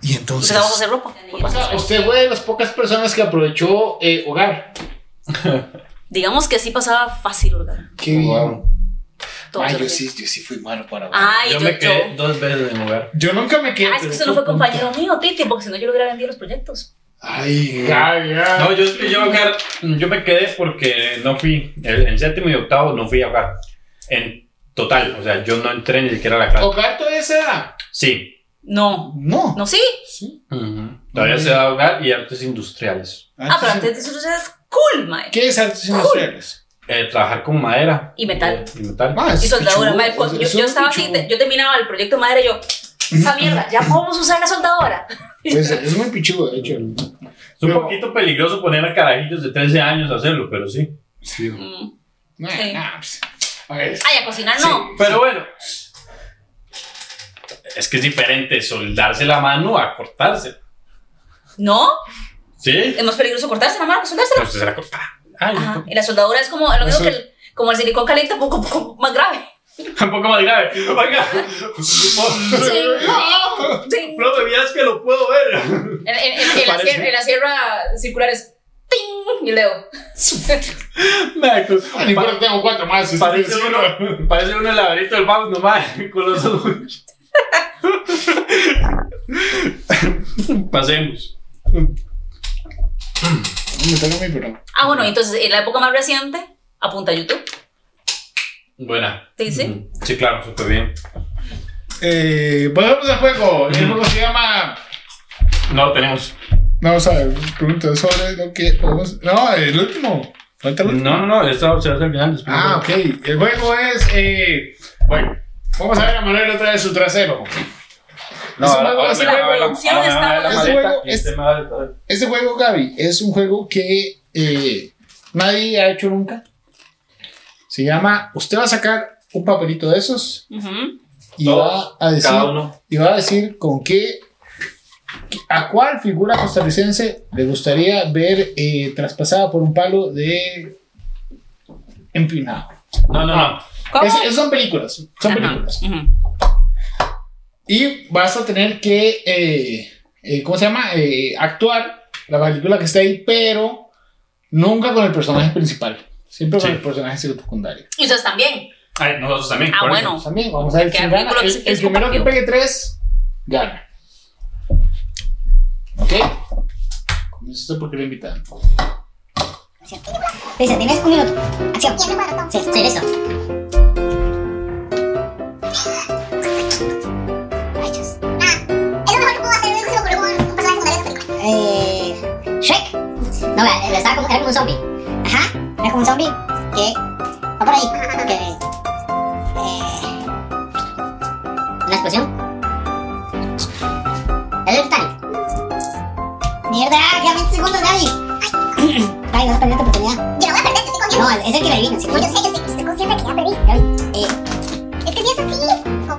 S5: Y
S3: Pues
S5: entonces.
S2: Empezamos a hacer ropa.
S3: O sea, usted fue de las pocas personas que aprovechó eh, hogar.
S2: Digamos que así pasaba fácil, ¿verdad?
S3: Qué bien.
S1: Wow.
S2: Todo
S3: Ay,
S2: se
S3: yo
S2: lo-
S3: sí, yo sí fui malo para hogar.
S2: Ay, Ah, yo,
S1: Yo
S2: yo.
S1: me quedé dos veces en el lugar.
S3: Yo nunca me quedé.
S2: Ah, es que
S3: pero
S2: usted no fue
S3: puta.
S2: compañero mío, Titi, porque si no yo le hubiera vendido los proyectos.
S3: Ay, ya, ya.
S1: No, yo, yo, me quedé, yo me quedé porque no fui. el- En séptimo y octavo no fui a jugar. En total, o sea, yo no entré ni siquiera a la clase.
S3: Hogar todavía se da.
S1: Sí,
S2: No.
S3: No.
S2: No, sí.
S3: Sí.
S1: Todavía se va a hablar y artes industriales.
S2: Ah, pero antes de eso eso es cool, mae.
S3: ¿Qué es artes industriales?
S1: Eh, trabajar con madera. Eh,
S2: Y metal.
S1: Y metal.
S3: Ah,
S2: Y
S3: es
S2: soldadura,
S3: pichudo,
S2: mae. Cuando
S3: es-
S2: Yo,
S3: eso
S2: yo
S3: es
S2: estaba así,
S3: pichudo.
S2: te- yo terminaba el proyecto madera y yo, esa mierda, ya podemos usar la soldadora.
S3: Pues, es muy pichudo, de hecho.
S1: Es un
S3: Pero-
S1: poquito peligroso poner a carajillos de 13 años a hacerlo, pero sí.
S3: Sí.
S2: Mm.
S3: Nah,
S2: Sí.
S3: nah, pues, a ver.
S2: Ay, a cocinar no.
S1: Pero bueno. Es que es diferente soldarse la mano a cortarse.
S2: ¿No?
S1: ¿Sí?
S2: Es más peligroso cortarse la mano que soldársela.
S1: Pues se la corta. Ay, un
S2: Ajá.
S1: poco-
S2: Y la soldadura es como lo mismo
S3: Eso-
S2: que el, como el silicón caliente, un poco, poco más grave.
S1: un poco más grave. Oiga.
S2: Sí, sí.
S1: No me veas que lo puedo ver.
S2: En, en- en- en la
S1: Parece.
S2: sierra, en la sierra circular es ¡ting! y leo.
S1: Me acu-
S3: Ah, no importa, tengo cuatro más. es-
S1: Parece
S3: es-
S1: uno, parece uno el laberinto del mouse nomás, con los ojos. Pasemos.
S3: Me toca mi programa.
S2: Ah, bueno, entonces en la época más reciente, apunta a YouTube.
S1: Buena.
S2: Sí, sí.
S1: Ujú. Sí, claro, súper bien.
S3: Eh, volvemos al juego. El juego se llama.
S1: No lo tenemos.
S3: Vamos a ver, pregunta sobre lo que. podemos- No, el último. Falta el último.
S1: No, no, no, esta se va a hacer al final. después.
S3: Ah, ok. El juego es. Eh, bueno, vamos a ver a Manuel otra vez su trasero.
S1: No,
S3: Ese
S1: ahora-
S3: juego-
S1: ahora
S3: ese
S1: me van a
S2: juego-
S1: ver la-
S2: producción
S1: ahora me van a ver
S2: está-
S1: la maleta
S3: ese juego
S1: y
S3: es-
S1: usted me va a ver-
S3: Este juego, Gaby, es un juego que eh, nadie ha hecho nunca. Se llama. Usted va a sacar un papelito de esos
S2: Ujú.
S3: y
S1: Todos,
S3: va a decir.
S1: Cada uno.
S3: y va a decir con qué, a cuál figura costarricense le gustaría ver eh, traspasada por un palo de empinado.
S1: No, no, no.
S2: ¿Cómo?
S3: Es- es- son películas, son
S2: Ajá.
S3: películas.
S2: Ujú.
S3: Y vas a tener que, eh, eh, ¿cómo se llama? Eh, actuar la película que está ahí, pero nunca con el personaje principal. Siempre con
S1: Sí.
S3: el personaje secundario.
S2: Y ustedes también.
S1: Ay, nosotros también.
S2: Ah,
S1: por eso.
S2: bueno.
S3: También vamos a ver
S2: Que
S3: quién
S2: la
S3: gana.
S2: película
S3: El,
S2: es- es
S3: el primero que pegue
S2: compartido.
S3: tres, gana. ¿Ok? Comienza porque lo invitaron.
S6: Dice, tienes un minuto. Acción. Sí, estoy listo. Eh, Shrek. No, vea, él estaba como, era como un zombie. Ajá, era como un zombie que va por ahí. Que, eh, una explosión. Es el Titanic. Mierda, quedan 20 segundos, Gaby. Ay, vas a perder tu oportunidad. Yo no voy a perder, yo estoy confiado. No, es el que la adivina. No, yo sé, yo sé, estoy consciente que ya perdí. Eh. Es que si es así. Oh.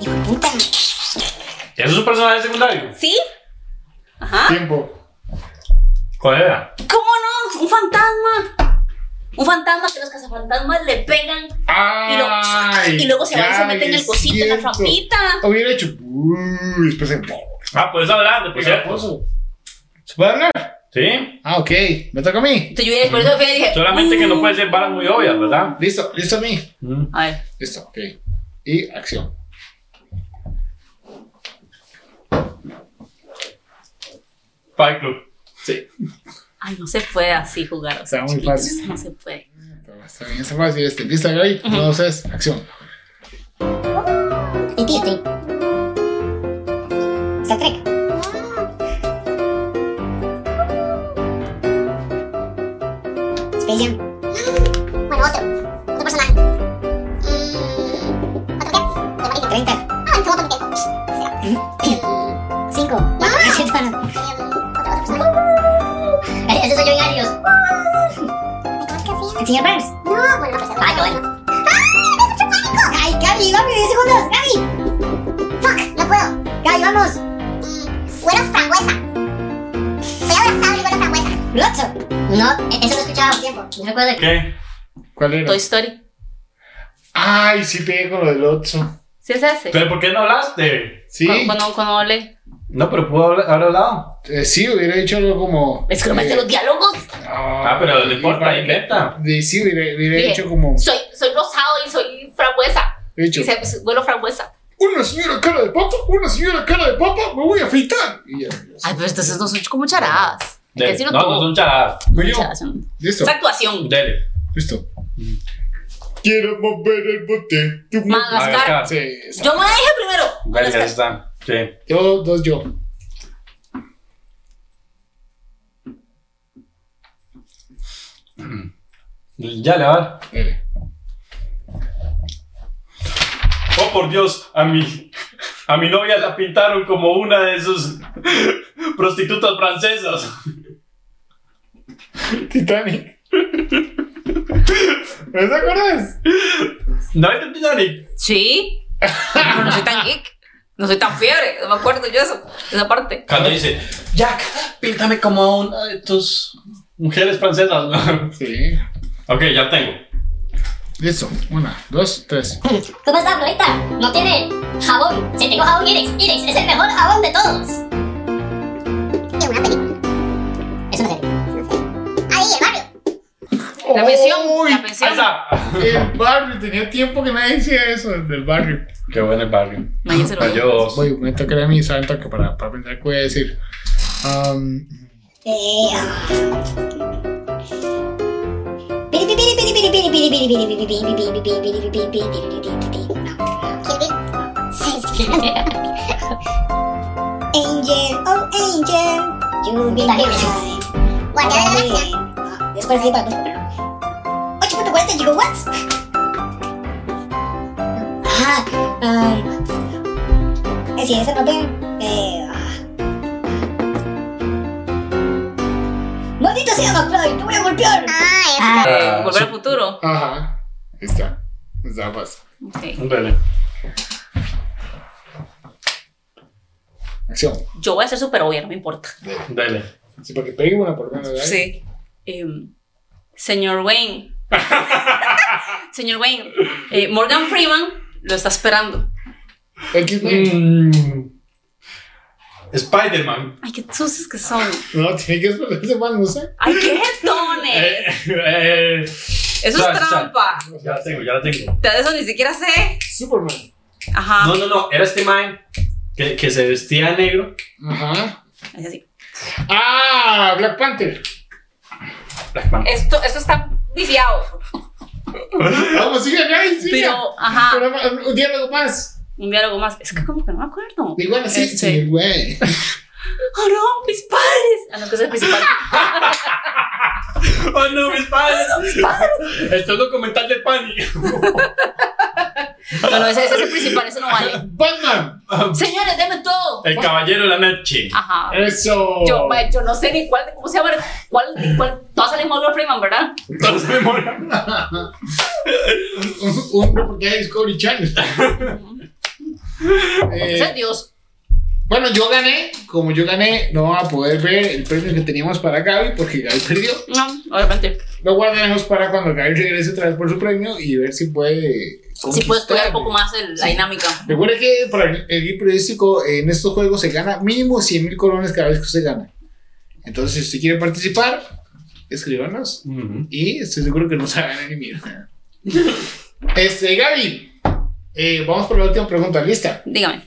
S6: Hijo de puta.
S1: ¿Eso es un personaje secundario?
S2: ¿Sí? Ajá.
S3: Tiempo.
S1: ¿Cuál era?
S2: ¿Cómo no? Un fantasma. Un fantasma que los cazafantasmas le pegan y, lo-
S3: Ay,
S2: y luego se van y se
S3: ya
S2: meten en el
S3: es
S2: cosito, en la
S3: cierto.
S2: trampita.
S3: Hubiera hecho. "Uy", después se.
S1: Ah, puedes hablar, por cierto.
S3: ¿Se puede hablar?
S1: Sí.
S3: Ah, ok. Me toca a mí.
S2: Entonces yo dije, por eso fui y dije.
S1: Solamente que no
S2: "Mm".
S1: puede ser balas muy obvias, ¿verdad?
S3: Listo, listo a mí.
S1: Mm.
S2: A ver.
S3: Listo, ok. Y acción.
S1: Fight Club.
S3: Sí.
S2: Ay, no se puede así jugar. o sea,
S3: Está muy
S2: chiquitos,
S3: fácil.
S2: No se puede.
S3: Está bien, está fácil este. ¿Lista, Gaby? Entonces, acción.
S6: Y Eh, tío, tío. Star Trek. Space Jam. Bueno, otro. Otro personaje. Mm, ¿Otro qué? 30. Ah, en otro tiempo. 5. No, no es cierto, no. Eh, Ese soy yo en Arios. ¿El señor Burns? No, bueno, pues. ¡Ay, bueno! ¡Ay, Gaby, vamos, 10 segundos! ¡Gaby! ¡Fuck! ¡No puedo! Mm, ¡Gaby, vamos! Huelo a frangüesa. Soy abrazado y huelo a frangüesa. ¡Locho! No, e- eso lo escuchaba hace tiempo. No recuerdo el...
S1: ¿Qué?
S3: ¿Cuál era?
S2: Toy Story.
S3: Ay, sí pegué con lo del otro.
S2: ¿Sí es ese?
S1: ¿Pero por qué no hablaste?
S3: Sí.
S2: Cuando, cuando, cuando hablé.
S1: No, pero pudo hablar- haber hablado.
S3: Eh, sí, hubiera hecho algo como.
S2: Es que no me
S3: eh,
S2: sé los diálogos.
S1: Ah, pero no importa, inventa.
S3: Eh, Sí, hubiera, hubiera
S2: Dije,
S3: hecho como.
S2: Soy, soy rosado y soy frambuesa.
S3: hubiera
S2: Y
S3: hecho,
S2: se, pues, huelo frambuesa.
S3: Una señora cara de papa, una señora cara de papa, me voy a afeitar. Y ya.
S2: Ay, pero entonces no son como charadas. Hay que
S1: Dele.
S2: decirlo
S1: No, no
S2: todo.
S1: son charadas.
S3: Voy yo.
S2: Charadas son-
S3: Listo,
S2: Es actuación.
S1: Dele.
S3: listo. Quiero mover el bote. Tú-
S2: Madagascar.
S1: Madagascar.
S3: Sí, exacto.
S2: Yo me dije primero.
S1: Verga,
S2: Madagascar.
S1: está. Sí.
S3: Yo, dos, yo.
S1: Ya le va.
S3: Dale.
S1: Oh, por Dios, a mi, a mi novia la pintaron como una de sus prostitutas francesas.
S3: Titanic. ¿No te acuerdas?
S1: ¿No viste Titanic?
S2: Sí. Pero no soy tan geek. No soy tan fiebre. No me acuerdo yo eso. Esa parte.
S1: Cuando dice, Jack, píntame como una de tus mujeres francesas.
S3: Sí.
S1: ok, ya tengo.
S3: Listo. Una, dos, tres.
S7: ¿Cómo está, Florita? No tiene jabón. Si tengo jabón Irex, Irex es el mejor jabón de todos. Es una película. Es una serie. Ahí, el barrio.
S2: La pensión.
S3: Uy,
S2: La
S1: Ahí
S2: pensión.
S1: está.
S3: El barrio. Tenía tiempo que nadie decía eso del barrio.
S1: Qué bueno el barrio.
S2: Nadie se lo dijo.
S1: Yo dos.
S3: Voy, me toca a mí, ¿saben? Toque para, para pensar qué voy a decir. Um, Am,
S7: Piri, piri, piri, piri, piri, piri, piri, piri, piri, piri, piri, piri, piri, piri, piri, piri, piri, piri, piri, piri. Sí, sí. Angel, oh angel, you be Ah, my Guardia de la galaxia. Después sí, para 8.40 gigawatts. Ajá. ah. um, eh, sí, ese papel. Eh, ah. Maldito sea McFly, te voy a golpear. Ah,
S2: Eh, Volver al futuro.
S3: Ajá. Ahí está. Está fácil.
S2: Ok.
S1: Ándale.
S3: Acción.
S2: Yo voy a ser súper obvia, no me importa.
S1: Dale.
S3: Sí, porque pegué una por menos, ¿verdad?
S2: Sí. Em, señor Wayne. señor Wayne. eh, Morgan Freeman lo está esperando.
S3: X-Men.
S1: Mm. Spider-Man.
S2: Ay, qué sucios que son.
S3: No, tiene que esperarse más, no sé.
S2: Ay, qué jetones.
S1: Eh, eh,
S2: Eso
S1: Sa-
S2: es
S1: sa-
S2: trampa.
S1: Ya la tengo, ya la tengo.
S2: De eso ni siquiera sé.
S3: Superman.
S2: Ajá.
S1: No, no, no. Era este man que, que se vestía de negro.
S3: Ajá.
S2: Es así.
S3: Ah, Black Panther.
S1: Black Man.
S2: Esto, esto está viciado.
S3: Vamos, sigue, ahí, sigue.
S2: Pero, ajá.
S3: Programa- un diálogo más.
S2: Un diálogo más. Es que como que no me acuerdo.
S3: Igual así,
S2: Este.
S3: sí, güey.
S2: Oh no, mis padres. Ah, no, que es el principal.
S1: ¡Oh, no, mis padres! Esto es documental del pánico.
S2: No, no, ese, ese es el principal, ese no vale.
S3: Batman.
S2: Señores, denme todo.
S1: El caballero de la noche.
S2: Ajá.
S3: Eso.
S2: Yo, ma, yo no sé ni cuál, cómo se llama, cuál, ni cuál, todas salen Morgan Freeman, ¿verdad?
S1: Entonces me moran.
S3: Un- un reportaje de Discovery Channel. Eh,
S2: Ese es Dios.
S3: bueno, yo gané. Como yo gané, no va a poder ver el premio que teníamos para Gaby porque Gaby perdió.
S2: No, obviamente.
S3: Lo guardaremos para cuando Gaby regrese otra vez por su premio y ver si puede.
S2: Si puedo
S3: conquistarle.
S2: estudiar un poco más el- la dinámica.
S3: Recuerde que para el el guía periodístico en estos juegos se gana mínimo 100 mil colones cada vez que usted gana. Entonces, si usted quiere participar, escríbanos y estoy seguro que no se va a ganar ni mierda. Este, Gaby, eh, vamos por la última pregunta. ¿Lista?
S2: Dígame.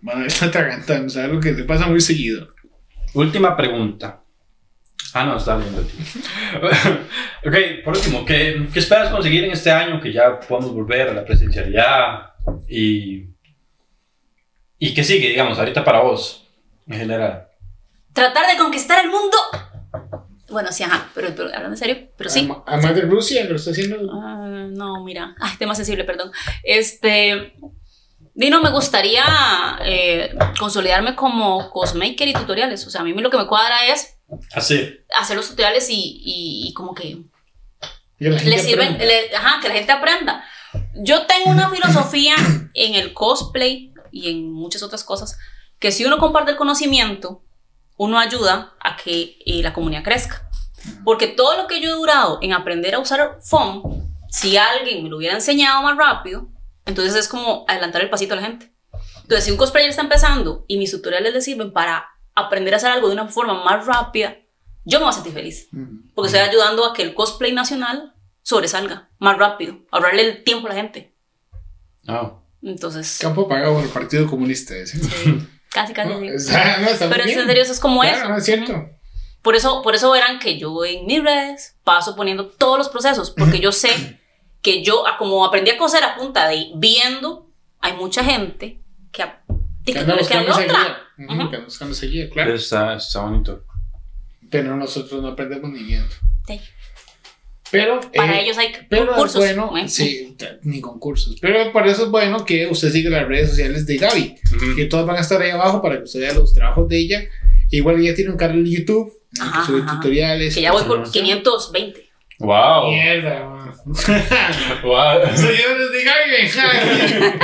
S3: Bueno, está atragantando, es algo que te pasa muy seguido.
S1: Última pregunta. Ah, no, está viendo. tío. ok, por último, ¿qué, ¿qué esperas conseguir en este año que ya podamos volver a la presencialidad? Y, ¿Y qué sigue, digamos, ahorita para vos, en general?
S2: Tratar de conquistar el mundo. Bueno, sí, ajá, pero, pero hablando en serio, pero sí.
S3: Ama- Además de Rusia, que lo está haciendo.
S2: Ah, no, mira. Ay, tema sensible, perdón. Este. Dino, me gustaría eh, consolidarme como cosmaker y tutoriales. O sea, a mí lo que me cuadra es
S1: Así.
S2: hacer los tutoriales y, y- y como que
S3: y la gente
S2: le sirven,
S3: aprende.
S2: le- ajá, que la gente aprenda. Yo tengo una filosofía en el cosplay y en muchas otras cosas, que si uno comparte el conocimiento, uno ayuda a que eh, la comunidad crezca. Porque todo lo que yo he durado en aprender a usar FOM, si alguien me lo hubiera enseñado más rápido, entonces es como adelantar el pasito a la gente. Entonces, si un cosplayer está empezando y mis tutoriales le sirven para aprender a hacer algo de una forma más rápida, yo me voy a sentir feliz.
S3: Mm.
S2: Porque estoy ayudando a que el cosplay nacional sobresalga más rápido, ahorrarle el tiempo a la gente.
S1: No.
S2: Entonces,
S3: Campo pagado por el Partido Comunista. ese.
S2: casi, casi.
S3: No,
S2: sí.
S3: está- no, está muy
S2: Pero es
S3: bien.
S2: en serio, eso es como
S3: Claro,
S2: eso.
S3: no es cierto.
S2: Por eso, por eso verán que yo en mis redes paso poniendo todos los procesos, porque yo sé que yo, a- como aprendí a coser a punta de viendo, hay mucha gente que, a- de que no
S3: Anda
S2: le queda
S3: buscando esa guía.
S2: otra.
S3: Ujú,
S2: Ujú.
S3: que anda buscando esa guía,
S1: Eso
S3: claro.
S1: está, eso está bonito.
S3: Pero nosotros no aprendemos ni viendo.
S2: Sí.
S3: Pero.
S2: Para
S3: eh,
S2: ellos hay
S3: Pero
S2: concursos.
S3: es bueno,
S2: ¿eh?
S3: sí, t- ni concursos. Pero para eso es bueno que usted siga las redes sociales de Gaby, que todas van a estar ahí abajo para que usted vea los trabajos de ella. Igual ella tiene un canal de YouTube, en el que
S2: Ajá,
S3: sube
S2: ajá.
S3: tutoriales.
S2: Que ya voy por
S1: Ujú.
S2: 520.
S1: Wow.
S3: Mierda, man.
S1: wow.
S3: Seguidores de Gaby Benjamín.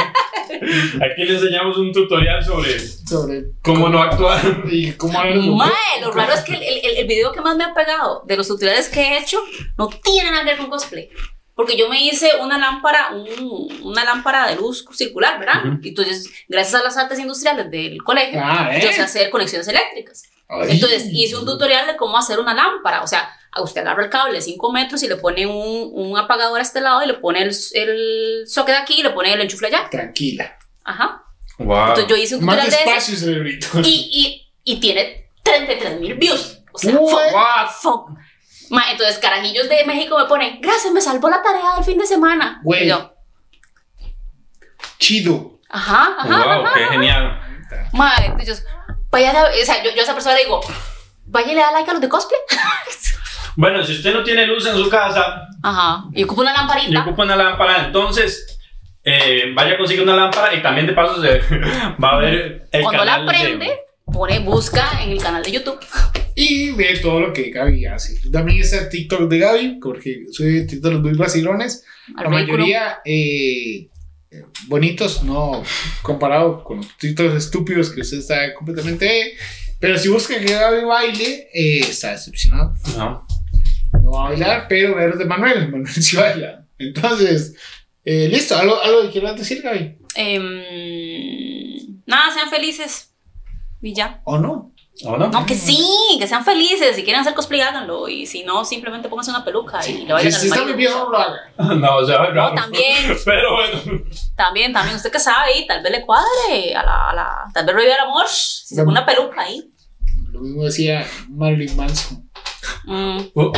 S1: Aquí les enseñamos un tutorial sobre
S3: Sobre
S1: cómo no actuar.
S3: y cómo hablan los
S2: Mae,
S3: mujeres.
S2: lo raro es que el, el- el video que más me ha pegado de los tutoriales que he hecho no tiene nada que ver con cosplay. Porque yo me hice una lámpara, un- una lámpara de luz circular, ¿verdad?
S1: Ujú.
S2: Y Entonces, gracias a las artes industriales del colegio,
S3: Ah, ¿eh?
S2: yo sé hacer conexiones eléctricas.
S3: Ay.
S2: Entonces, hice un tutorial de cómo hacer una lámpara. O sea, a usted agarra el cable de 5 metros y le pone un, un apagador a este lado y le pone el, el socket aquí y le pone el enchufle allá.
S3: Tranquila.
S2: Ajá.
S1: Wow.
S2: Entonces, yo hice un
S3: Más
S2: tutorial de ese
S3: despacio, cerebrito.
S2: y, y, y tiene 33 mil views. O sea,
S3: What?
S2: fuck, fuck. Ma, entonces, carajillos de México me ponen, gracias, me salvó la tarea del fin de semana.
S3: Güey.
S2: Y yo,
S3: Chido.
S2: ajá, ajá.
S1: wow,
S2: ajá.
S1: qué genial.
S2: Ma, entonces, vayan a, o sea, yo, yo a esa persona le digo, vaya y le da like a los de cosplay.
S1: Bueno, si usted no tiene luz en su casa
S2: ajá. Y ocupa una
S1: y
S2: lamparita.
S1: ocupa una lámpara, entonces eh, vaya a conseguir una lámpara y también de paso se va a ver el
S2: Cuando la
S1: canal de-
S2: prende, pone, busca en el canal de YouTube.
S3: Y ve todo lo que Gaby hace. También está TikTok de Gaby, porque sube TikTok los muy vacilones.
S2: Al
S3: La
S2: vehículo.
S3: mayoría eh, eh, bonitos, no comparado con los títulos estúpidos que usted está completamente. eh. Pero si busca que Gaby baile, eh, está decepcionado.
S1: No.
S3: No va a bailar, pero ve los de Manuel. Manuel sí baila. Entonces, eh, listo. ¿Algo, algo que quieras decir, Gaby?
S2: Em, nada, sean felices. Y ya.
S3: ¿O no?
S1: ¿O no?
S2: No, que sí, que sean felices. Si quieren hacer cosplay, háganlo. Y si no, simplemente pónganse una peluca y le
S3: Si,
S2: vayan
S3: si
S2: al
S3: está
S2: marido.
S3: muy viejo, no lo haga.
S1: No, o sea,
S2: No,
S1: raro.
S2: también,
S1: Pero bueno.
S2: también, también. Usted que sabe ahí, tal vez le cuadre a la, a la- tal vez reviva el amor. Si se pone una peluca ahí.
S3: Lo mismo decía Marilyn Manson.
S2: Mm,
S1: Un,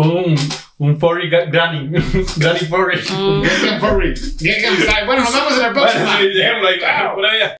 S1: un, un furry gra- granny. granny furry.
S2: mm.
S3: Get them furry. Get them fly. Bueno, nos vemos en la próxima.
S1: Bueno, sí, déjenlo ahí, por ahí.